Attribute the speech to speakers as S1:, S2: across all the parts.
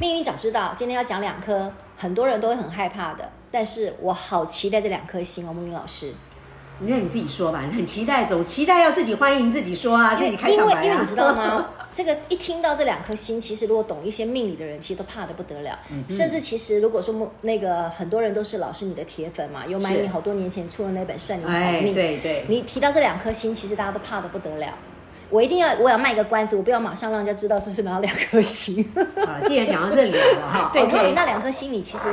S1: 命运早知道，今天要讲两颗很多人都会很害怕的，但是我好期待这两颗星哦，木云老师，
S2: 你让你自己说吧，你很期待，总期待要自己欢迎自己说啊，自己开
S1: 因
S2: 场
S1: 为
S2: 白啊。
S1: 因为你知道吗？ 这个一听到这两颗星，其实如果懂一些命理的人，其实都怕得不得了。
S2: 嗯
S1: 甚至其实如果说木那个很多人都是老师你的铁粉嘛，有买
S2: 是
S1: 你好多年前出的那本《算你好
S2: 哎，
S1: 命》，
S2: 对对，
S1: 你提到这两颗星，其实大家都怕得不得了。我一定要，我要卖个关子，我不要马上让人家知道这是哪两颗 星。
S2: 啊，既然讲到这里来了 哈，
S1: 对，因为
S2: OK
S1: 你那两颗星，你其实，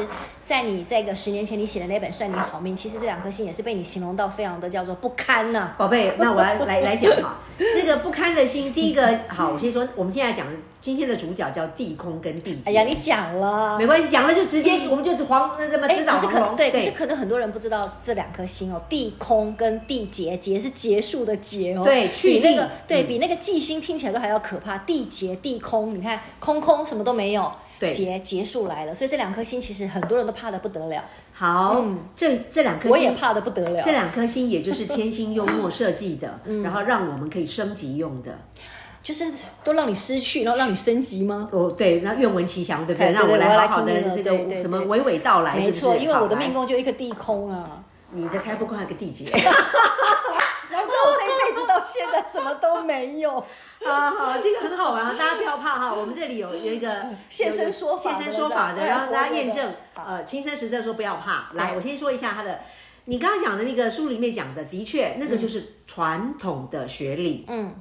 S1: 在你这个十年前你写的那本《算你好命》，其实这两颗星也是被你形容到非常的叫做不堪呐、
S2: 宝贝，那我来来来讲 哈，这个不堪的心，第一个好，我先说，我们现在讲的今天的主角叫地空跟地劫。
S1: 哎呀，你讲了
S2: 没，关系，讲了就直接，我们就黄那什么知
S1: 哎可
S2: 道
S1: 是
S2: 黄
S1: 可
S2: 龙，
S1: 对，可是可能很多人不知道这两颗星哦，地空跟地劫，劫是结束的劫哦，
S2: 对
S1: 比
S2: 去
S1: 那个
S2: 地
S1: 对
S2: 嗯
S1: 比那个忌星听起来都还要可怕，地劫地空，你看空空什么都没有，
S2: 对
S1: 劫结束来了，所以这两颗星其实很多人都怕的不得了，
S2: 好，
S1: 嗯
S2: 这这两颗
S1: 我也
S2: 星，
S1: 怕的不得了
S2: 这，两颗星也就是天星幽默设 计的，
S1: 嗯
S2: 然后让我们可以升级用的。
S1: 就是都让你失去，然后让你升级吗？
S2: 哦，对，那愿闻其详，对不对？
S1: 对对
S2: 让我
S1: 对我
S2: 来
S1: 要来
S2: 好好的
S1: 听
S2: 这
S1: 你的对
S2: 个
S1: 对
S2: 什么
S1: 对
S2: 娓娓道来，是
S1: 没
S2: 不是
S1: 错，因为我的，命
S2: 好来
S1: 宫就一个地空 啊，
S2: 你的才不过还有个地劫。
S1: 难怪我这一辈子到现在什么都没有。
S2: 啊，好，这个很好玩啊，大家不要怕哈。我们这里有有一个
S1: 现身说法的
S2: 现身说法的，
S1: 对
S2: 然后大家
S1: 活着的
S2: 验证，
S1: 好
S2: 呃，亲身实证说不要怕。来，
S1: 对
S2: 我先说一下他的，你刚刚讲的那个书里面讲的，的确那个就是传统的学理，
S1: 嗯，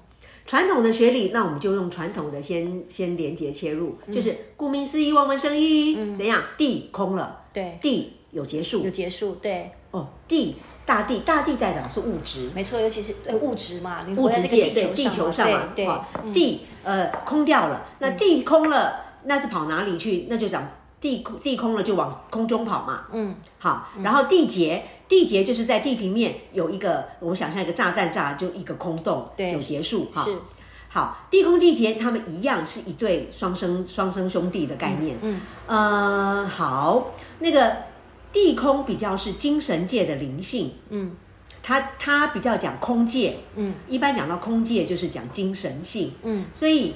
S2: 传统的学理，那我们就用传统的先先连接切入，
S1: 嗯
S2: 就是顾名思义，望文生义，怎样？地空了，
S1: 对，
S2: 地有结束
S1: 有结束，对，
S2: 哦，地大地，大地代表是物质，
S1: 没错，尤其是呃物质嘛，你
S2: 物
S1: 活在
S2: 质
S1: 这
S2: 界
S1: 个
S2: 对
S1: 地球上嘛，
S2: 对
S1: 对嗯
S2: 哦地呃空掉了，那地空了，那是跑哪里去？那就讲地空地空了就往空中跑嘛。嗯，好，然后地劫。地劫就是在地平面有一个，我们想象一个炸弹炸就一个空洞，
S1: 对
S2: 有结束
S1: 对，
S2: 哈。
S1: 是，
S2: 好，地空地劫他们一样是一对双生双生兄弟的概念。
S1: 嗯，
S2: 呃，好，那个地空比较是精神界的灵性，
S1: 嗯
S2: 它它比较讲空界，
S1: 嗯
S2: 一般讲到空界就是讲精神性，
S1: 嗯，
S2: 所以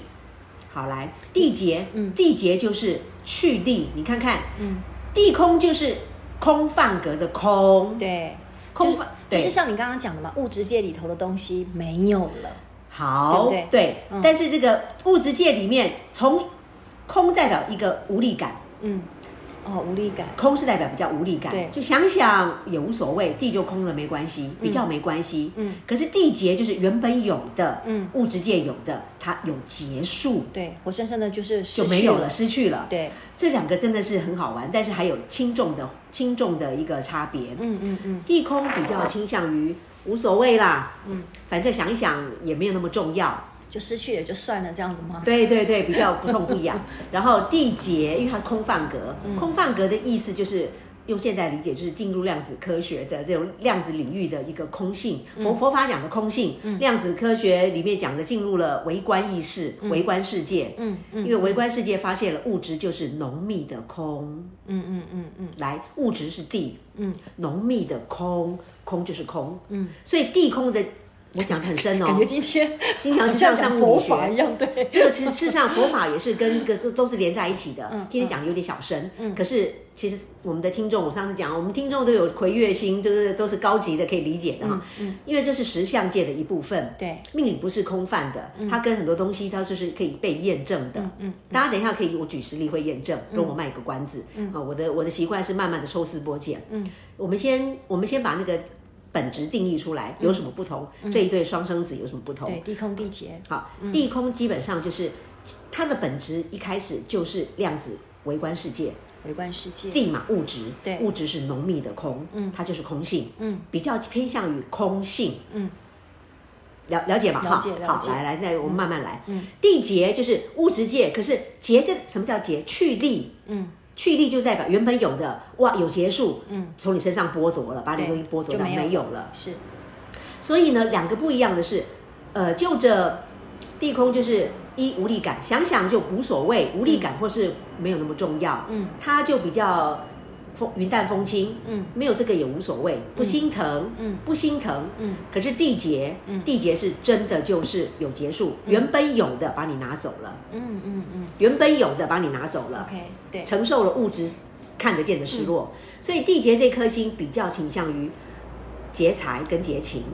S2: 好来地劫，
S1: 嗯
S2: 地劫就是去地，你看看
S1: 嗯，
S2: 地空就是空泛格的空，
S1: 对，
S2: 空
S1: 就是
S2: 泛
S1: 就
S2: 对
S1: 是像你刚刚讲的嘛，物质界里头的东西没有了，
S2: 好
S1: 对不对嗯
S2: 但是这个物质界里面，从空代表一个无力感，
S1: 嗯，哦，无力感，
S2: 空是代表比较无力感
S1: 对，
S2: 就想想也无所谓，地就空了没关系，比较没关系，
S1: 嗯
S2: 可是地劫就是原本有的，
S1: 嗯
S2: 物质界有的，它有结束。
S1: 对，活生生的就是失
S2: 就
S1: 去
S2: 没有了，失去了。
S1: 对，
S2: 这两个真的是很好玩，但是还有轻重的轻重的一个差别。
S1: 嗯嗯嗯，
S2: 地空比较倾向于无所谓啦，
S1: 嗯，
S2: 反正想一想也没有那么重要。
S1: 就失去也就算了，这样子吗？
S2: 对对对，比较不痛不痒。 然后地劫，因为它是空泛格，
S1: 嗯
S2: 空泛格的意思就是。用现在理解就是进入量子科学的这种量子领域的一个空性，
S1: 嗯
S2: 佛佛法讲的空性，量子科学里面讲的进入了微观意识、微观世界，
S1: 嗯嗯
S2: 因为微观世界发现了物质就是浓密的空，
S1: 嗯嗯嗯嗯，
S2: 来，物质是地，
S1: 嗯，
S2: 浓密的空，空就是空，
S1: 嗯，
S2: 所以地空的，我讲得很深哦，
S1: 感觉今天
S2: 经常
S1: 好
S2: 是上
S1: 像讲
S2: 上
S1: 佛
S2: 物理
S1: 法
S2: 学。
S1: 一样， 对，
S2: 这个其实事实上佛法也是跟这个是都是连在一起的。
S1: 嗯
S2: 今天讲的有点小深，可是其实我们的听众，我上次讲，我们听众都有魁月心，就是都是高级的，可以理解的哈。
S1: 嗯
S2: 因为这是实相界的一部分。
S1: 对，
S2: 命理不是空泛的，它跟很多东西它就是可以被验证的。
S1: 嗯
S2: 大家等一下可以，我举实例会验证，跟我卖个关子。嗯，啊，我的我的习惯是慢慢的抽丝剥茧。嗯，我们先我们先把那个本质定义出来，有什么不同？这一对双生子有什么不同？
S1: 嗯对，嗯地空地劫，
S2: 好，地空基本上就是它的本质一开始就是量子微观世界，
S1: 围观世界，
S2: 地嘛物质，
S1: 对
S2: 物质是浓密的空，嗯，它就是空性，
S1: 嗯，
S2: 比较偏向于空性，
S1: 嗯，
S2: 了了解吧？
S1: 了
S2: 哈
S1: 解了
S2: 好，
S1: 解
S2: 来来，再我们慢慢来。
S1: 嗯
S2: 地劫就是物质界，可是劫这什么叫劫？去力，
S1: 嗯
S2: 去力就代表原本有的哇有结束，
S1: 嗯，
S2: 从你身上剥夺了，把你东西剥夺
S1: 就
S2: 掉，
S1: 没有
S2: 没有了。
S1: 是
S2: 所以呢，两个不一样的是，呃，就着地空就是一无力感，想想就无所谓，无力感或是没有那么重要，
S1: 嗯
S2: 它就比较风云淡风轻，
S1: 嗯
S2: 没有这个也无所谓，不心疼，
S1: 嗯
S2: 不心疼。
S1: 嗯
S2: 可是地劫
S1: 嗯，
S2: 地劫是真的就是有结束，原本有的把你拿走了，
S1: 嗯嗯嗯
S2: 原本有的把你拿走了，
S1: ，OK，对，嗯
S2: 承受了物质看得见的失落，所以地劫这颗星比较倾向于劫财跟劫情，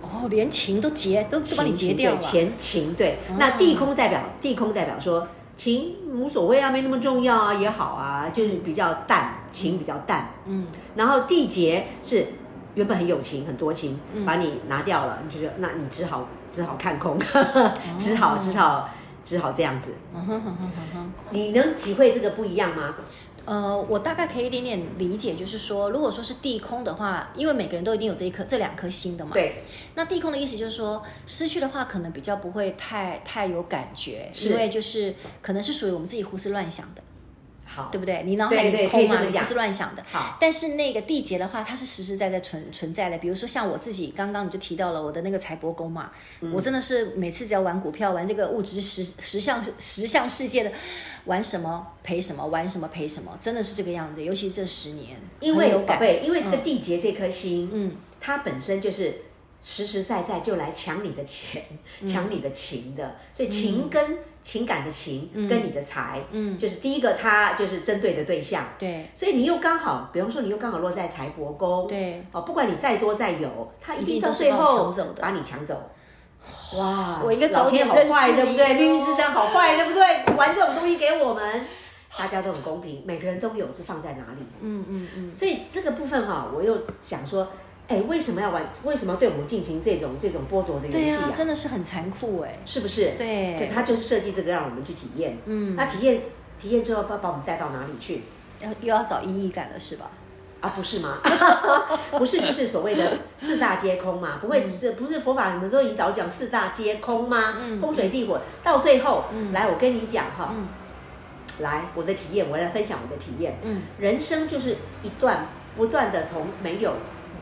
S1: 哦，连情都结都都帮你结掉
S2: 对
S1: 了，
S2: 前情对
S1: 哦。
S2: 那地空代表地空代表说情无所谓啊，没那么重要啊，也好啊，就是比较淡，情比较淡。
S1: 嗯
S2: 然后地劫是原本很有情，很多情
S1: 嗯，
S2: 把你拿掉了，你就觉得那你只好只好看空，
S1: 哦
S2: 只好只好只好这样子。
S1: 嗯哼哼哼哼哼。
S2: 你能体会这个不一样吗？
S1: 呃，我大概可以一点点理解，就是说，如果说是地空的话，因为每个人都一定有这一颗、这两颗心的嘛。。
S2: 对，
S1: 那地空的意思就是说，失去的话可能比较不会太太有感觉，
S2: 是
S1: 因为就是可能是属于我们自己胡思乱想的，
S2: 好
S1: 对，不对？你脑海
S2: 对
S1: 里
S2: 对
S1: 空
S2: 可以
S1: 嘛，
S2: 这么
S1: 你
S2: 讲
S1: 胡思乱想的。
S2: 好，
S1: 但是那个地劫的话，它是实实在在存存在的。比如说像我自己，刚刚你就提到了我的那个财帛宫嘛，
S2: 嗯
S1: 我真的是每次只要玩股票、玩这个物质实实相实相世界的，玩什么赔什么，玩什么赔什么，真的是这个样子。尤其这十年，
S2: 因
S1: 很
S2: 为
S1: 有
S2: 宝
S1: 感，
S2: 贝，因为这个地劫这颗星，
S1: 嗯，
S2: 它本身就是实实在在就来抢你的钱，
S1: 嗯
S2: 抢你的情的，所以情跟情感的情跟你的财，
S1: 嗯
S2: 就是第一个它就是针对的对象，
S1: 对
S2: 所以你又刚好，比方说你又刚好落在财帛宫，
S1: 对，
S2: 哦，不管你再多再有，它一
S1: 一定
S2: 定到
S1: 都是
S2: 最
S1: 把我
S2: 后
S1: 抢走的
S2: 把你抢走。哇，
S1: 我应该早
S2: 老天
S1: 点
S2: 好
S1: 认识
S2: 坏，对不
S1: 你
S2: 对？
S1: 哦
S2: 命运之山好坏，对不对？玩这种东西给我们，大家都很公平，每个人都有是放在哪里。
S1: 嗯嗯嗯，
S2: 所以这个部分哈、我又想说，哎，为什么要玩？为什么对我们进行这种这种剥夺的游
S1: 对
S2: 戏
S1: 啊
S2: 啊？，
S1: 真的是很残酷哎、
S2: 是不是？
S1: 对
S2: 他就是设计这个让我们去体验。
S1: 嗯，
S2: 那体验体验之后，把把我们带到哪里去？
S1: 要又要找意义感了是吧？
S2: 啊，不是吗？ 不是，就是所谓的四大皆空嘛，不会只是不是佛法，你们都已经早讲四大皆空吗？
S1: 嗯
S2: 风水地火到最后，
S1: 嗯
S2: 来我跟你讲哈，
S1: 嗯
S2: 来我的体验，我来分享我的体验。
S1: 嗯
S2: 人生就是一段不断的从没有，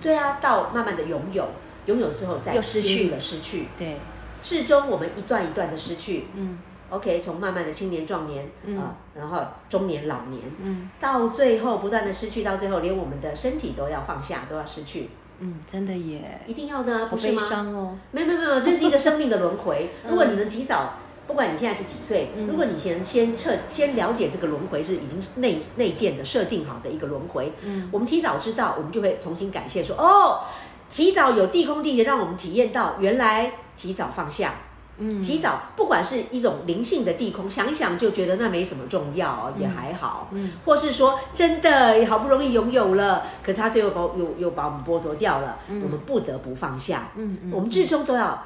S2: 对啊，到慢慢的拥有，拥有之后再
S1: 又失去
S2: 经历了失去，
S1: 对，
S2: 至终我们一段一段的失去。
S1: 嗯
S2: OK，从慢慢的青年、壮年啊、
S1: 嗯
S2: 然后中年、老年，
S1: 嗯
S2: 到最后不断的失去，到最后连我们的身体都要放下，都要失去，
S1: 嗯，真的耶，
S2: 一定要的，
S1: 好
S2: 不是
S1: 悲
S2: 吗？
S1: 伤哦。。
S2: 没有没有没有，这是一个生命的轮回
S1: 嗯
S2: 如果你能及早，不管你现在是几岁，
S1: 嗯
S2: 如果你先先彻先了解这个轮回是已经内内建的设定好的一个轮回，
S1: 嗯
S2: 我们提早知道，我们就会重新感谢说哦，提早有地空地也让我们体验到原来提早放下。
S1: 嗯
S2: 提早，不管是一种灵性的地空，想一想就觉得那没什么重要，也还好，
S1: 嗯
S2: 或是说真的好不容易拥有了，可是他最后把我又又把我们剥夺掉了，我们不得不放下，
S1: 嗯嗯
S2: 我们至终都要，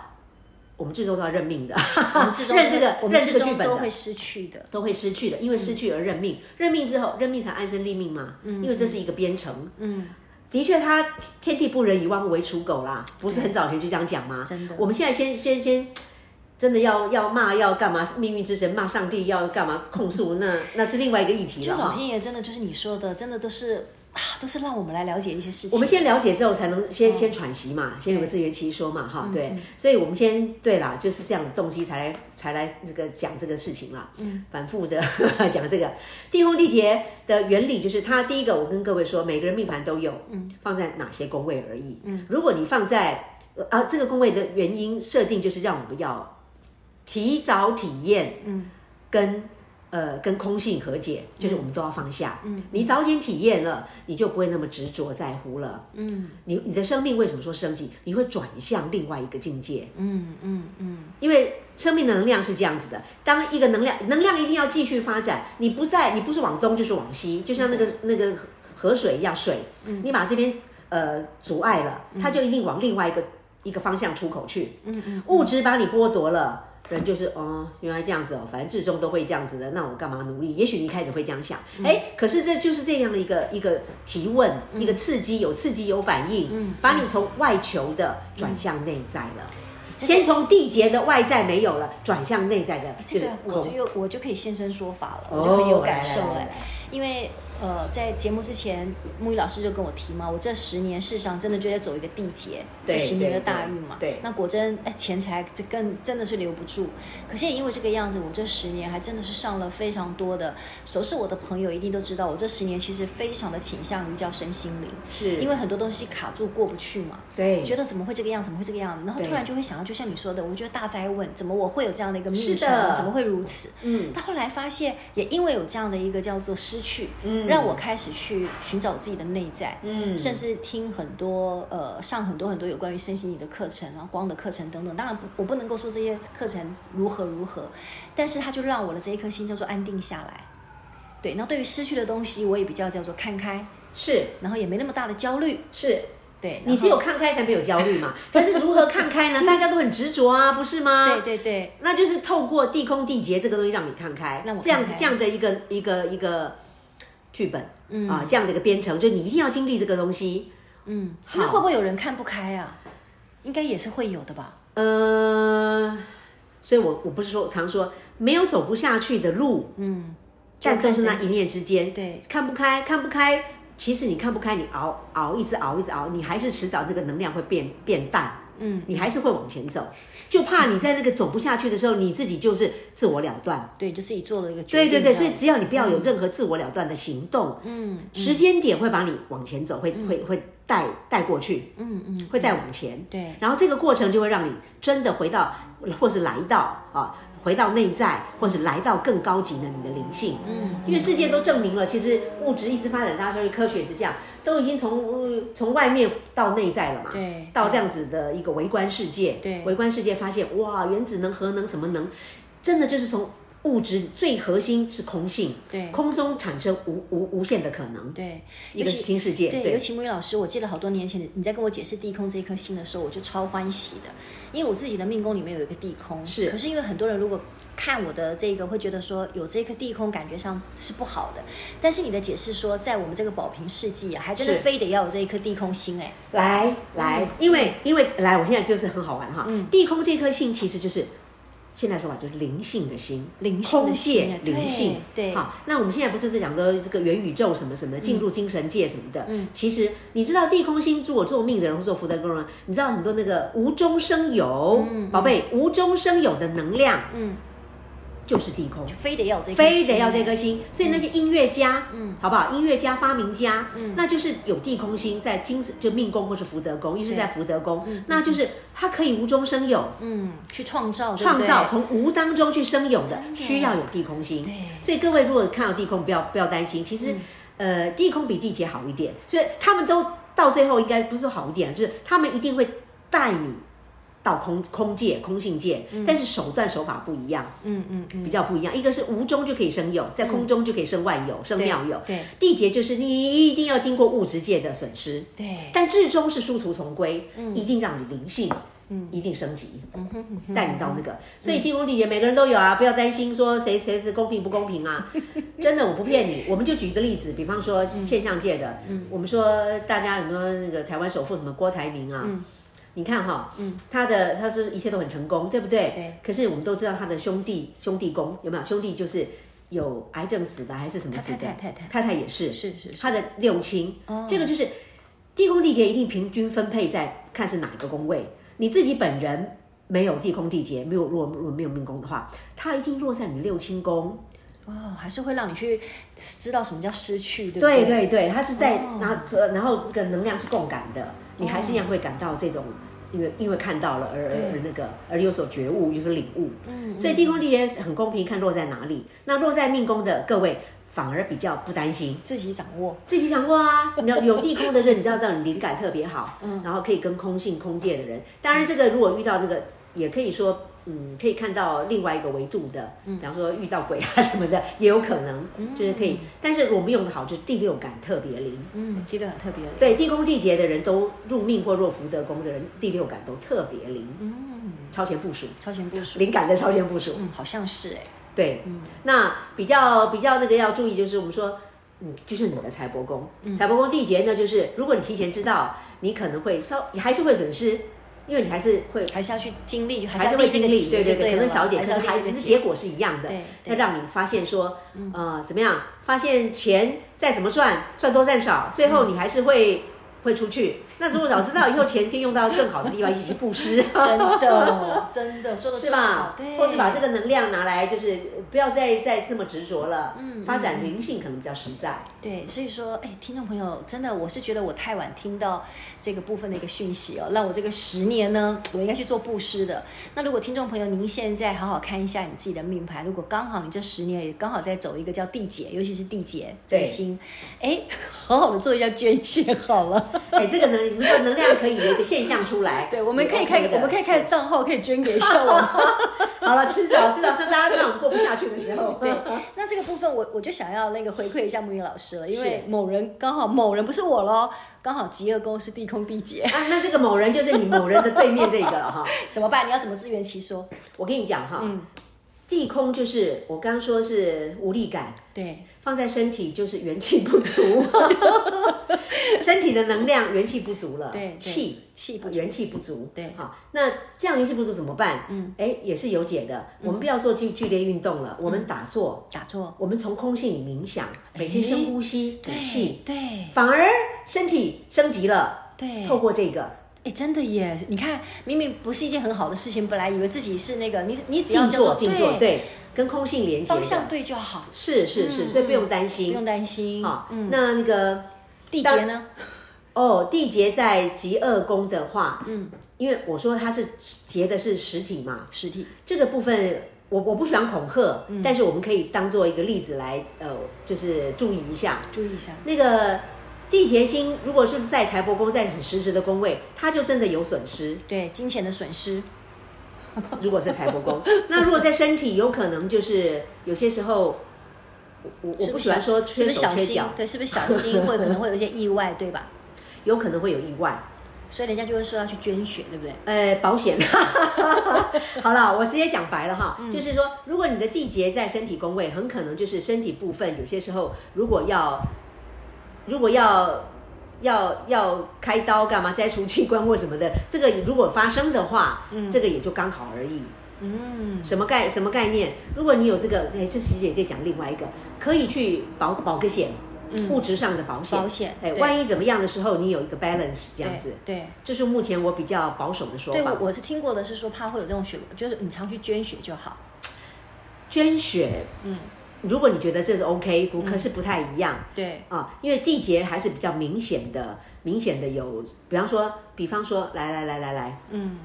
S2: 我们至终都要认命的，
S1: 我们之中
S2: 认这个
S1: 我们
S2: 认这
S1: 之
S2: 个剧
S1: 中
S2: 本
S1: 都会嗯
S2: 的。
S1: 失去的。
S2: 都会失去的，因为失去而认命，认命之后，认命才安身立命嘛。因为这是一个编程，
S1: 嗯，
S2: 的确，他天地不仁，以万物为刍狗啦，不是很早前就这样讲吗？
S1: 真的
S2: 我们现在先先先，真的要要骂要干嘛？命运之神骂上帝要干嘛？控诉那那是另外一个议题
S1: 就
S2: 了
S1: 老
S2: 哈。
S1: 天爷真的就是你说的，真的都是啊，都是让我们来了解一些事情。
S2: 我们先了解之后，才能先、先喘息嘛，先有个自圆其说嘛，哈，对，所以我们先对啦，就是这样的动机才来才来这个讲这个事情啦，嗯，反复的 讲这个地空地劫的原理，就是它第一个，我跟各位说，每个人命盘都有，嗯，放在哪些宫位而已，嗯，如果你放在呃啊这个宫位的原因设定，就是让我们要提早体验，嗯，跟呃跟空性和解，就是我们都要放下。嗯，你早点体验了，你就不会那么执着在乎了。嗯，你你的生命为什么说升级？你会转向另外一个境界，
S1: 嗯嗯嗯
S2: 因为生命的能量是这样子的。当一个能量能量一定要继续发展，你不在，你不是往东就是往西，就像那
S1: 嗯
S2: 个那个河水一样，水，你把这边呃阻碍了，它就一定往另外一个一个方向出口去。
S1: 嗯嗯，
S2: 物质把你剥夺了，人就是哦，原来这样子哦，反正至终都会这样子的，那我干嘛努力？也许你一开始会这样想，
S1: 嗯
S2: 哎、可是这就是这样的一个一个提问，一
S1: 嗯
S2: 个刺激，有刺激有反应，把你从外求的转向内在了。
S1: 嗯这个哎
S2: 先从地劫的外在没有了，转向内在的，
S1: 这个我
S2: 空
S1: 就又我就可以现身说法了，我
S2: 哦
S1: 就很有感受
S2: 来来来
S1: 哎、因为呃，在节目之前，木鱼老师就跟我提嘛，我这十年事实上真的就在走一个地劫，
S2: 对
S1: 这十年的
S2: 对对
S1: 大运嘛。
S2: 对
S1: 那果真哎，钱财这更真的是留不住。可是也因为这个样子，我这十年还真的是上了非常多的。熟识我的朋友一定都知道，我这十年其实非常的倾向于叫身心灵，
S2: 是
S1: 因为很多东西卡住过不去嘛。
S2: 对，
S1: 觉得怎么会这个样，怎么会这个样子？然后
S2: 对
S1: 突然就会想到，就像你说的，我觉得大灾问，怎么我会有这样的一个命
S2: 是的
S1: 生？怎么会如此？
S2: 嗯
S1: 但后来发现，也因为有这样的一个叫做失去，
S2: 嗯
S1: 让我开始去寻找自己的内在，
S2: 嗯
S1: 甚至听很多呃上很多很多有关于身心灵的课程，然后光的课程等等。当然不，我不能够说这些课程如何如何，但是它就让我的这一颗心叫做安定下来。对，那对于失去的东西，我也比较叫做看开，
S2: 是
S1: 然后也没那么大的焦虑。
S2: 是。
S1: 对，然
S2: 你只
S1: 后
S2: 有看开才没有焦虑 嘛，但是如何看开呢？大家都很执着啊，不是吗？
S1: 嗯对对对，
S2: 那就是透过地空地劫这个东西让你看开，
S1: 让我
S2: 这样
S1: 看开
S2: 这样的一个一个一个剧本，
S1: 嗯
S2: 啊，这样的一个编程，就你一定要经历这个东西。
S1: 嗯，
S2: 好
S1: 那会不会有人看不开啊？应该也是会有的吧。
S2: 呃，所以我我不是说常说没有走不下去的路，
S1: 嗯，
S2: 但
S1: 就
S2: 都
S1: 开
S2: 是
S1: 始
S2: 那一念之间，
S1: 对
S2: 看不开，看不开。其实你看不开，你熬熬，一直熬，一直熬，你还是迟早这个能量会变变淡，
S1: 嗯，
S2: 你还是会往前走，就怕你在那个走不下去的时候，你自己就是自我了断。
S1: 对，就自己做了一个决
S2: 对
S1: 定。
S2: 对对，所以
S1: 这样
S2: 只要你不要有任何自我了断的行动，
S1: 嗯
S2: 时间点会把你往前走，会会会带带过去，
S1: 嗯嗯，
S2: 会再往前。
S1: 对，
S2: 然后这个过程就会让你真的回到，或是来到啊，回到内在，或是来到更高级的你的灵性。
S1: 嗯，
S2: 因为世界都证明了，其实物质一直发展，大家说科学也是这样，都已经从、呃从外面到内在了嘛，
S1: 对
S2: 到这样子的一个微观世界，
S1: 对
S2: 微观世界发现哇，原子能、核能什么能，真的就是从物质最核心是空性，
S1: 对
S2: 空中产生无无无限的可能，
S1: 对，
S2: 一
S1: 尤
S2: 个
S1: 其
S2: 新世界，
S1: 对，尤其木鱼老师，我记得好多年前你在跟我解释地空这一颗星的时候，我就超欢喜的，因为我自己的命宫里面有一个地空。
S2: 是
S1: 可是因为很多人如果看我的这个，会觉得说有这颗地空，感觉上是不好的。但是你的解释说，在我们这个宝瓶世纪啊，还真的
S2: 是
S1: 非得要有这一颗地空星哎、
S2: 来来，因为因为来，我现在就是很好玩哈，
S1: 嗯
S2: 地空这颗心其实就是。现在说法就是灵性的心，
S1: 灵性的心
S2: 空界
S1: 对
S2: 灵性，
S1: 对
S2: 好，那我们现在不是在讲说这个元宇宙什么什么，进入精神界什么的。
S1: 嗯
S2: 其实你知道地空星，如果做命的人或做福德工人，你知道很多那个无中生有，
S1: 嗯嗯
S2: 宝贝，无中生有的能量
S1: 嗯，
S2: 就是地空，
S1: 就非得要有这一颗星、
S2: 非得要这颗心。所以那些音乐家，
S1: 嗯
S2: 嗯，好不好？音乐家、发明家，
S1: 嗯
S2: 嗯，那就是有地空心，在精神就命宫或是福德宫，因为是在福德宫，那就是他可以无中生有，
S1: 嗯，去创造，对不
S2: 创
S1: 对
S2: 造从无当中去生有的
S1: 真，的
S2: 需要有地空心
S1: 对。
S2: 所以各位如果看到地空，不要不要担心，其实、呃地空比地劫好一点，所以他们都到最后应该不是说好一点，就是他们一定会带你。到空空界、空性界，但是手段手法不一样，
S1: 嗯嗯嗯，
S2: 比较不一样。一个是无中就可以生有，在空中就可以生万有、生
S1: 对
S2: 妙有。
S1: 对
S2: 地劫就是你一定要经过物质界的损失，
S1: 对，嗯
S2: 但至终是殊途同归，一定让你灵性，一定升级，带你到那
S1: 嗯
S2: 个。所以地宫地劫每个人都有啊，不要担心说谁谁是公平不公 平啊。真的，我不骗你，我们就举一个例子，比方说
S1: 嗯
S2: 现象界的，我们说大家有没有那个台湾首富什么郭台铭啊？
S1: 嗯
S2: 你看哈，他的他说一切都很成功，对不对？
S1: 对。
S2: 可是我们都知道他的兄弟兄弟宫有没有？兄弟就是有癌症死的还是什么死的？
S1: 他太太太太
S2: 太太也是，
S1: 是是是哦
S2: 他的六亲，这个就是地空地劫一定平均分配在看是哪一个宫位。你自己本人没有地空地劫，没有如果如果没有命宫的话，它已经落在你六亲宫。
S1: 哦，还是会让你去知道什么叫失去，对不
S2: 对
S1: 对？
S2: 对对，它是在
S1: 哦
S2: 然后呃然后这个能量是共感的，你还是一样会感到这种。因为因为看到了而而而那个而有所觉悟，有所领悟，嗯，所以地空地劫很公平，看落在哪里。那落在命宫的各位反而比较不担心，
S1: 自己掌握，
S2: 自己想过啊，你知道有地空的人，你知道这样你灵感特别好，然后可以跟空性空界的人，当然这个如果遇到那个，也可以说，嗯，可以看到另外一个维度的，比方说遇到鬼啊什么的，也有可能，就是可以。但是我们用的好，就是第六感特别灵。
S1: 嗯，这个很特别了。
S2: 对，地空地劫的人都入命或若福德宫的人，第六感都特别灵，
S1: 嗯，
S2: 超前部署，
S1: 超前部署，
S2: 灵感的超前部署。
S1: 嗯，好像是哎，
S2: 对，那比较比较那个要注意，就是我们说，嗯，就是你的财帛
S1: 嗯
S2: 宫，财帛宫地劫呢，就是如果你提前知道，你可能会稍还是会损失，因为你还是会
S1: 还是要去经历，还
S2: 还
S1: 是
S2: 是
S1: 要
S2: 会
S1: 历这
S2: 经
S1: 个
S2: 历，
S1: 劫，
S2: 对对
S1: 就
S2: 对，可
S1: 了
S2: 能少一点，
S1: 还是要
S2: 可是
S1: 历
S2: 还
S1: 这
S2: 是
S1: 个
S2: 结
S1: 劫。
S2: 果是一样的
S1: 对，对嗯
S2: 要让你发现说，呃，怎么样？发现钱再怎么赚，赚多赚少，最后
S1: 嗯
S2: 你还是会会出去。那如果早知道以后钱可以用到更好的地方，一起去布施，
S1: 真的，真的说的
S2: 是吧？
S1: 对，
S2: 或是把这个能量拿来，就是呃不要再再这么执着了，
S1: 嗯
S2: 发展灵性可能比较实在。
S1: 对，所以说，哎，听众朋友，真的，我是觉得我太晚听到这个部分的一个讯息哦，让我这个十年呢，我应该去做布施的。那如果听众朋友您现在好好看一下你自己的命盘，如果刚好你这十年也刚好在走一个叫地劫，尤其是地劫
S2: 对
S1: 在心，哎，好好的做一下捐献好了。
S2: 哎，这个能如果能量可以有一个现象出来，
S1: 对，我们可以
S2: 也
S1: 开
S2: OK，的
S1: 我们可以开账号，可以捐给一下我们。
S2: 好了，吃早吃早，当大家让我们过不下去的 时候，
S1: 对，那这个部分我我就想要那个回馈一下木鱼老师了，因为
S2: 是
S1: 某人刚好某人不是我喽，刚好极恶宫是地空地劫，
S2: 啊，那这个某人就是你某人的对面这个了 哈。
S1: 怎么办？你要怎么自圆其说？
S2: 我跟你讲哈，
S1: 嗯
S2: 地空就是我刚说是无力感，
S1: 对，
S2: 放在身体就是元气不足， 身体的能量元气不足了，
S1: 对对
S2: 气
S1: 气不足
S2: 元气不足，
S1: 对
S2: 好，那这样元气不足怎么办？嗯，哎，也是有解的。
S1: 嗯
S2: 我们不要做剧剧烈运动了，我们打坐，
S1: 打坐，
S2: 我们从空性里冥想，每天深呼吸，吐气，
S1: 哎对
S2: 反而身体升级了。
S1: 对，
S2: 透过这个
S1: 哎，真的耶！你看，明明不是一件很好的事情，本来以为自己是那个，你你只要
S2: 静
S1: 叫做
S2: 坐，静坐，，对，跟空性连接的，
S1: 方向对就好，
S2: 是是是，所以不用担
S1: 不
S2: 心
S1: 用担心。
S2: 啊。
S1: 嗯，
S2: 那那个
S1: 地劫呢？
S2: 哦，地劫在极恶宫的话，嗯，因为我说它是劫的是实体嘛，
S1: 实体
S2: 这个部分我我不喜欢恐吓，
S1: 嗯
S2: 但是我们可以当做一个例子来，呃，就是注意一下
S1: 注意一下，
S2: 那个。地劫星如果是在财帛宫，在很实质的宫位，它就真的有损 失。
S1: 对金钱的损失，
S2: 如果在财帛宫，那如果在身体，有可能就是有些时候，我我我
S1: 是
S2: 不
S1: 是
S2: 喜欢说
S1: 是
S2: 缺
S1: 不是
S2: 手
S1: 小
S2: 缺
S1: 心
S2: 脚？，
S1: 对，是不是小 心，或者可能会有一些意外，对吧？
S2: 有可能会有意外。
S1: 所以人家就会说要去捐血，对不对？
S2: 呃，保 险。 好了，我直接讲白了哈，
S1: 嗯
S2: 就是说，如果你的地劫在身体宫位，很可能就是身体部分，有些时候如果要，如果要。要要开刀干嘛？摘除器官或什么的，这个如果发生的话，这个也就刚好而已。
S1: 嗯，
S2: 什么概什么概念？如果你有这个，哎，这其实也可以讲另外一个，可以去保保个险，物质上的保
S1: 嗯
S2: 险。
S1: 保险
S2: 哎，
S1: 对
S2: 万一怎么样的时候，你有一个 balance 这样子。
S1: 对。
S2: 这是目前我比较保守的说
S1: 对，
S2: 法
S1: 我。我是听过的是说怕会有这种血，就是你常去捐血就好。
S2: 捐血，嗯，如果你觉得这是 OK，骨
S1: 嗯
S2: 科是不太一样、
S1: 对，
S2: 啊，因为地劫还是比较明显的，明显的有，比方说，比方说，来来来来来，
S1: 嗯，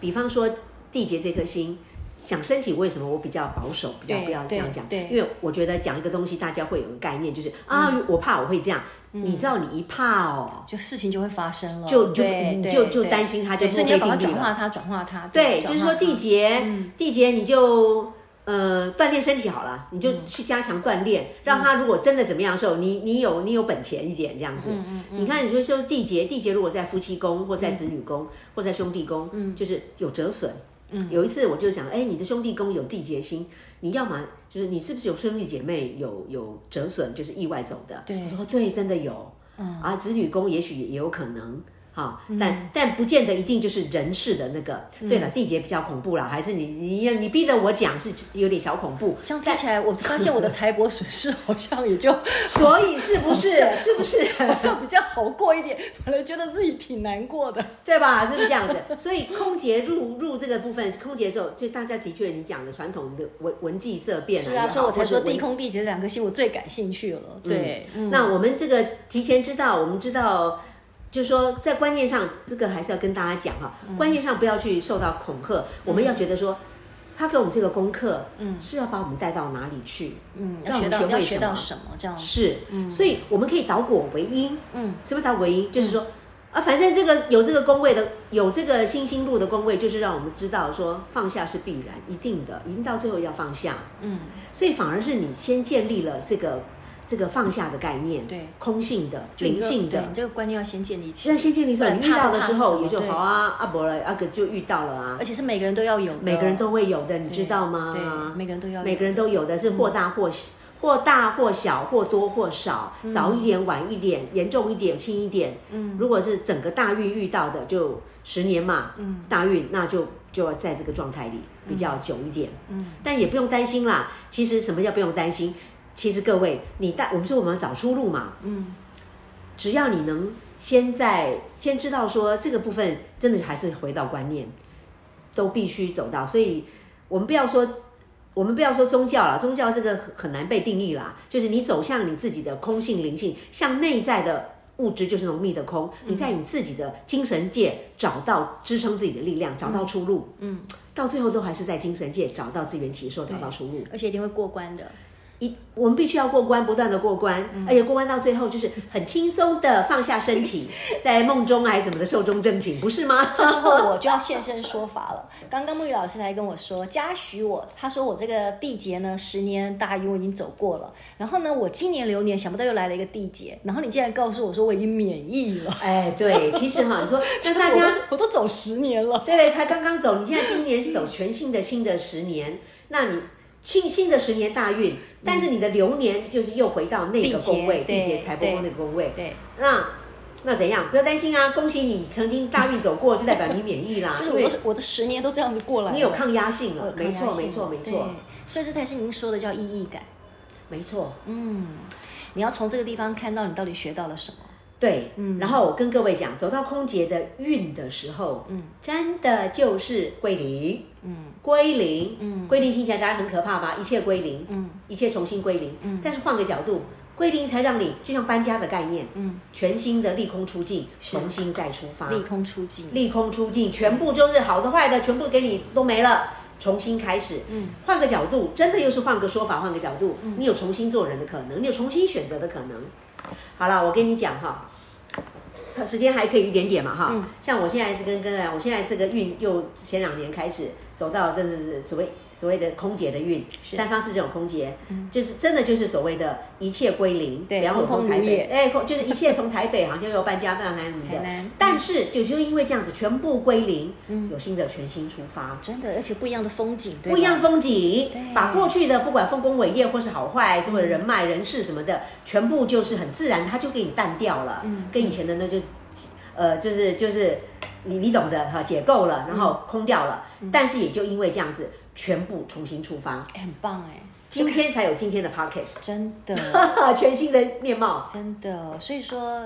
S2: 比方说地劫这颗星。讲身体为什么我比较保守，比较
S1: 对
S2: 不要这样讲，
S1: 对嗯对
S2: 因为我觉得讲一个东西，大家会有个概念，就是啊，我怕我会这样，
S1: 嗯
S2: 你知道你一怕哦，
S1: 就事情就会发生了，
S2: 就就
S1: 对
S2: 你
S1: 对
S2: 就就
S1: 对
S2: 担心它就
S1: 对所以
S2: 墨
S1: 你要
S2: 菲
S1: 赶快
S2: 定律
S1: 转化
S2: 了
S1: 它，转化它。
S2: 对，
S1: 转
S2: 就是
S1: 化
S2: 说
S1: 它
S2: 地劫，地劫你就呃锻炼身体好了，你就去加强锻炼，让他如果真的怎么样的时候，你你有你有本钱一点这样子。你看，你说说地劫，地劫如果在夫妻宫或在子女宫、或在兄弟宫，就是有折损。有一次我就想，哎，你的兄弟宫有地劫星，你要么啊就是你是不是有兄弟姐妹有有折损，就是意外走的？
S1: 对嗯
S2: 我说哦对，真的有。啊，子女宫也许也有可能。哈，但但不见得一定就是人事的那个。
S1: 嗯
S2: 对了，地劫比较恐怖啦，还是你你你逼着我讲是有点小恐怖，
S1: 这样听起来，我发现我的财帛损失好像也 就
S2: 所以是不是
S1: 好像
S2: 是不是
S1: 好像比较好过一点，本来觉得自己挺难过的。
S2: 对吧？是不是这样子？所以空劫入入这个部分，空劫的时候，就大家的确你讲的传统的文文技色变
S1: 是啊，
S2: 也好
S1: 所以我才说
S2: 或者文
S1: 地空地劫这两颗星我最感兴趣了。对，嗯
S2: 那我们这个提前知道，我们知道，就是说在观念上，这个还是要跟大家讲哈、
S1: 嗯
S2: 观念上不要去受到恐吓，我们要觉得说。他给我们这个功课，嗯，是要把我们带到哪里去？
S1: 嗯，要
S2: 让我
S1: 学
S2: 们
S1: 到
S2: 学
S1: 要
S2: 会
S1: 学
S2: 什
S1: 到
S2: 么？
S1: 什么这样？
S2: 是，所以我们可以导果为因。
S1: 嗯，
S2: 什么叫为因？就是说、啊，反正这个有这个宫位的，有这个星星路的宫位，就是让我们知道说放下是必然，一定的，一定到最后要放下。
S1: 嗯，
S2: 所以反而是你先建立了这个这个放下的概念，
S1: 对，
S2: 空性的、
S1: 就你
S2: 灵
S1: 这个
S2: 性
S1: 对
S2: 的
S1: 你。这个观念要先建立起
S2: 那
S1: 来，
S2: 先建立的时候，
S1: 不然
S2: 你遇
S1: 怕
S2: 到
S1: 都
S2: 的
S1: 怕
S2: 时
S1: 死
S2: 候
S1: 了
S2: 也就
S1: 对
S2: 好啊，阿伯了，阿哥就遇到了啊
S1: 而，且是每个人都要有的，
S2: 每个人都会有的，你知道吗？
S1: 对，每个人都要有，嗯
S2: 每个人都有的是或大或小、或大或小，或多或少，
S1: 嗯
S2: 早一点、晚一点，严重一点、轻一点。嗯，如果是整个大运遇到的，就十年嘛，嗯，大运那就就要在这个状态里比较久一点。嗯，但也不用担心啦。其实什么叫不用担心？其实各位，你带我们说我们要找出路嘛，
S1: 嗯，
S2: 只要你能先在先知道说这个部分，真的还是回到观念，都必须走到。所以我们不要说，我们不要说宗教了，宗教这个很很难被定义啦。就是你走向你自己的空性、灵性，向内在的物质就是浓密的空，你在你自己的精神界找到支撑自己的力量，找到出路。嗯，到最后都还是在精神界找到自圆其说，找到出路。
S1: 而且一定会过关的。
S2: 一，我们必须要过关，不断的过关，
S1: 嗯
S2: 而且过关到最后就是很轻松的放下身 体，在梦中还是什么的寿终正寝，不是吗？
S1: 这时候我就要现身说法了。刚刚木鱼老师才跟我说，嘉许我，他说我这个地劫呢，十年大运我已经走过了。然后呢，我今年流年想不到又来了一个地劫，然后你竟然告诉我说我已经免疫了，
S2: 哎，对，其实哈，你 说那大
S1: 我
S2: 家
S1: 都我都走十年了。
S2: 对，他刚刚走，你现在今年是走全新的新的十年，那你新新的十年大运，但是你的流年就是又回到那个宫位，
S1: 地劫对
S2: 地劫财帛宫那个宫位，
S1: 对，
S2: 那那怎样？不要担心啊，恭喜你曾经大运走过，就代表你免疫啦，
S1: 就是
S2: 因
S1: 我
S2: 为
S1: 的我的十年都这样子过来了，
S2: 你有抗压性
S1: 我有
S2: 了，
S1: 抗压
S2: 没错，
S1: 性
S2: 没错，没错
S1: 对，所以这才是您说的叫意义感。
S2: 没错。
S1: 嗯，你要从这个地方看到你到底学到了什么。
S2: 对，然后我跟各位讲，走到空姐的运的时候，嗯，真的就是归零，嗯，归零，嗯，归零听起来大家很可怕吧？一切归零，嗯，一切重新归零，嗯，但是换个角度，归零才让你就像搬家的概念，嗯，全新的利空出尽，重新再出发，
S1: 利空出尽，
S2: 啊利空出尽，全部就是好的坏的，全部给你都没了。重新开始，嗯，换个角度，真的又是换个说法，换个角度，
S1: 嗯
S2: 你有重新做人的可能，你有重新选择的可能。好了，我跟你讲哈，时时间还可以一点点嘛哈。
S1: 嗯
S2: 像我现在是跟跟啊，我现在这个运又前两年开始走到真的是所谓所谓的空姐的运，三方四种空姐，就是真的就是所谓的一切归零，
S1: 嗯对
S2: 比方我
S1: 空
S2: 从
S1: 空
S2: 台
S1: 如也
S2: 北，哎，空就是一切从台北好像又搬家搬来什么的，
S1: 台南
S2: 但是就就因为这样子全部归零，有新的全新出发。
S1: 真的，而且不一样的风景，嗯对吧
S2: 不一样风景
S1: 对，
S2: 把过去的不管丰功伟业或是好坏，什么人脉、人事什么的，全部就是很自然，它就给你淡掉了。
S1: 嗯
S2: 跟以前的那就是，呃，就是就是你你懂的哈，解构了，然后空掉了。
S1: 嗯
S2: 但是也就因为这样子，全部重新出发，
S1: 哎很棒哎，
S2: 今天才有今天的 podcast，啊
S1: 真 的
S2: 全新的面貌。
S1: 真的，所以说。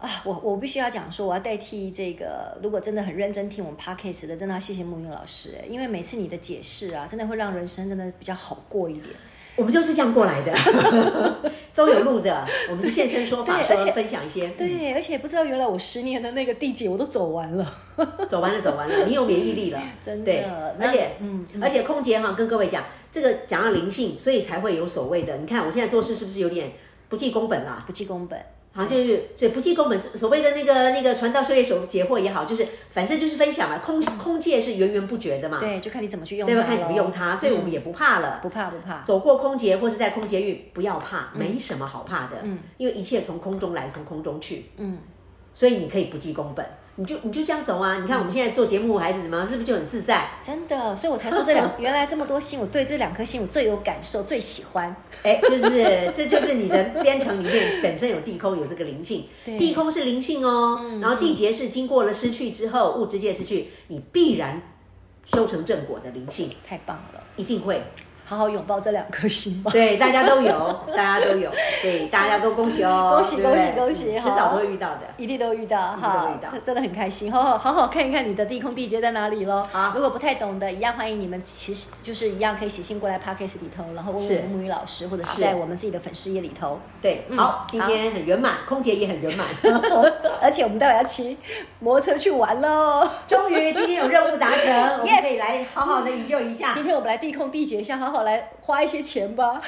S1: 啊，我我必须要讲说，我要代替这个，如果真的很认真听我们 podcast 的，真的要谢谢木云老师，哎因为每次你的解释啊，真的会让人生真的比较好过一点。
S2: 我们就是这样过来的， 都有路的，我们就现身说法，
S1: 对
S2: 说
S1: 而且
S2: 分享一些。嗯
S1: 对，而且不知道原来我十年的那个地界我都走完了。
S2: 走完了，走完了，你有免疫力了，
S1: 真的
S2: 对，
S1: 那
S2: 而且，
S1: 嗯
S2: 嗯，而且空姐哈，跟各位讲，这个讲到灵性，所以才会有所谓的。你看我现在做事是不是有点不计工本啦、
S1: 不记工本，
S2: 好像就是所以不计工本，所谓的那个那个传道授业手解惑也好，就是反正就是分享嘛。空空界是源源不绝的嘛，
S1: 对，就看你怎么去用它咯，
S2: 对吧？看怎么用它，所以我们也不怕了。
S1: 不怕不怕，
S2: 走过空劫或是在空劫域，不要
S1: 嗯
S2: 怕，没什么好怕的，因为一切从空中来，从空中去，
S1: 嗯
S2: 所以你可以不计工本，你就你就这样走啊。
S1: 嗯
S2: 你看我们现在做节目还是什么，是不是就很自在？
S1: 真的，所以我才说这两原来这么多星，我对这两颗星我最有感受，最喜欢。
S2: 哎，就是这就是你的编程里面本身有地空，有这个灵性
S1: 对，嗯
S2: 地空是灵性哦，然后地劫是经过了失去之后，物质界失去，你必然修成正果的灵性，
S1: 太棒了，
S2: 一定会。
S1: 好好拥抱这两颗星吧。
S2: 对，大家都有，大家都有，对，大家都恭喜哦，
S1: 恭喜
S2: 对不对
S1: 恭喜恭喜
S2: 嗯迟
S1: 好
S2: 早都会遇到的。
S1: 一定都遇到
S2: 一定都
S1: 哈
S2: 遇到，
S1: 真的很开心，好好好好看一看你的地空地劫在哪里喽。
S2: 好
S1: 如果不太懂的，一样欢迎你们，其实就是一样可以写信过来 podcast 里头，然后问问
S2: 是
S1: 我们母语老师，或者是
S2: 是
S1: 在我们自己的粉丝页里头。
S2: 对，
S1: 嗯
S2: 好，今天很圆满，空姐也 很圆满，
S1: 而且我们待会要骑摩托车去玩喽。
S2: 终于今天有任务达成，我们
S1: Yes
S2: 可以来好好的研究一下
S1: 今。天我们来地空地劫一下，好好来花一些钱吧，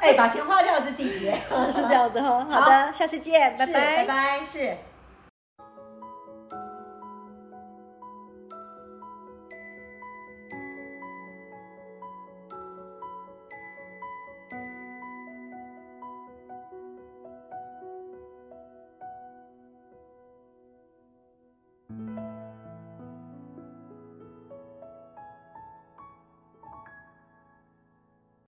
S2: 哎，把钱花掉是地劫，
S1: 是不是这样子哈？
S2: 好
S1: 好的，下次见，拜
S2: 是
S1: 拜
S2: 拜。拜，是。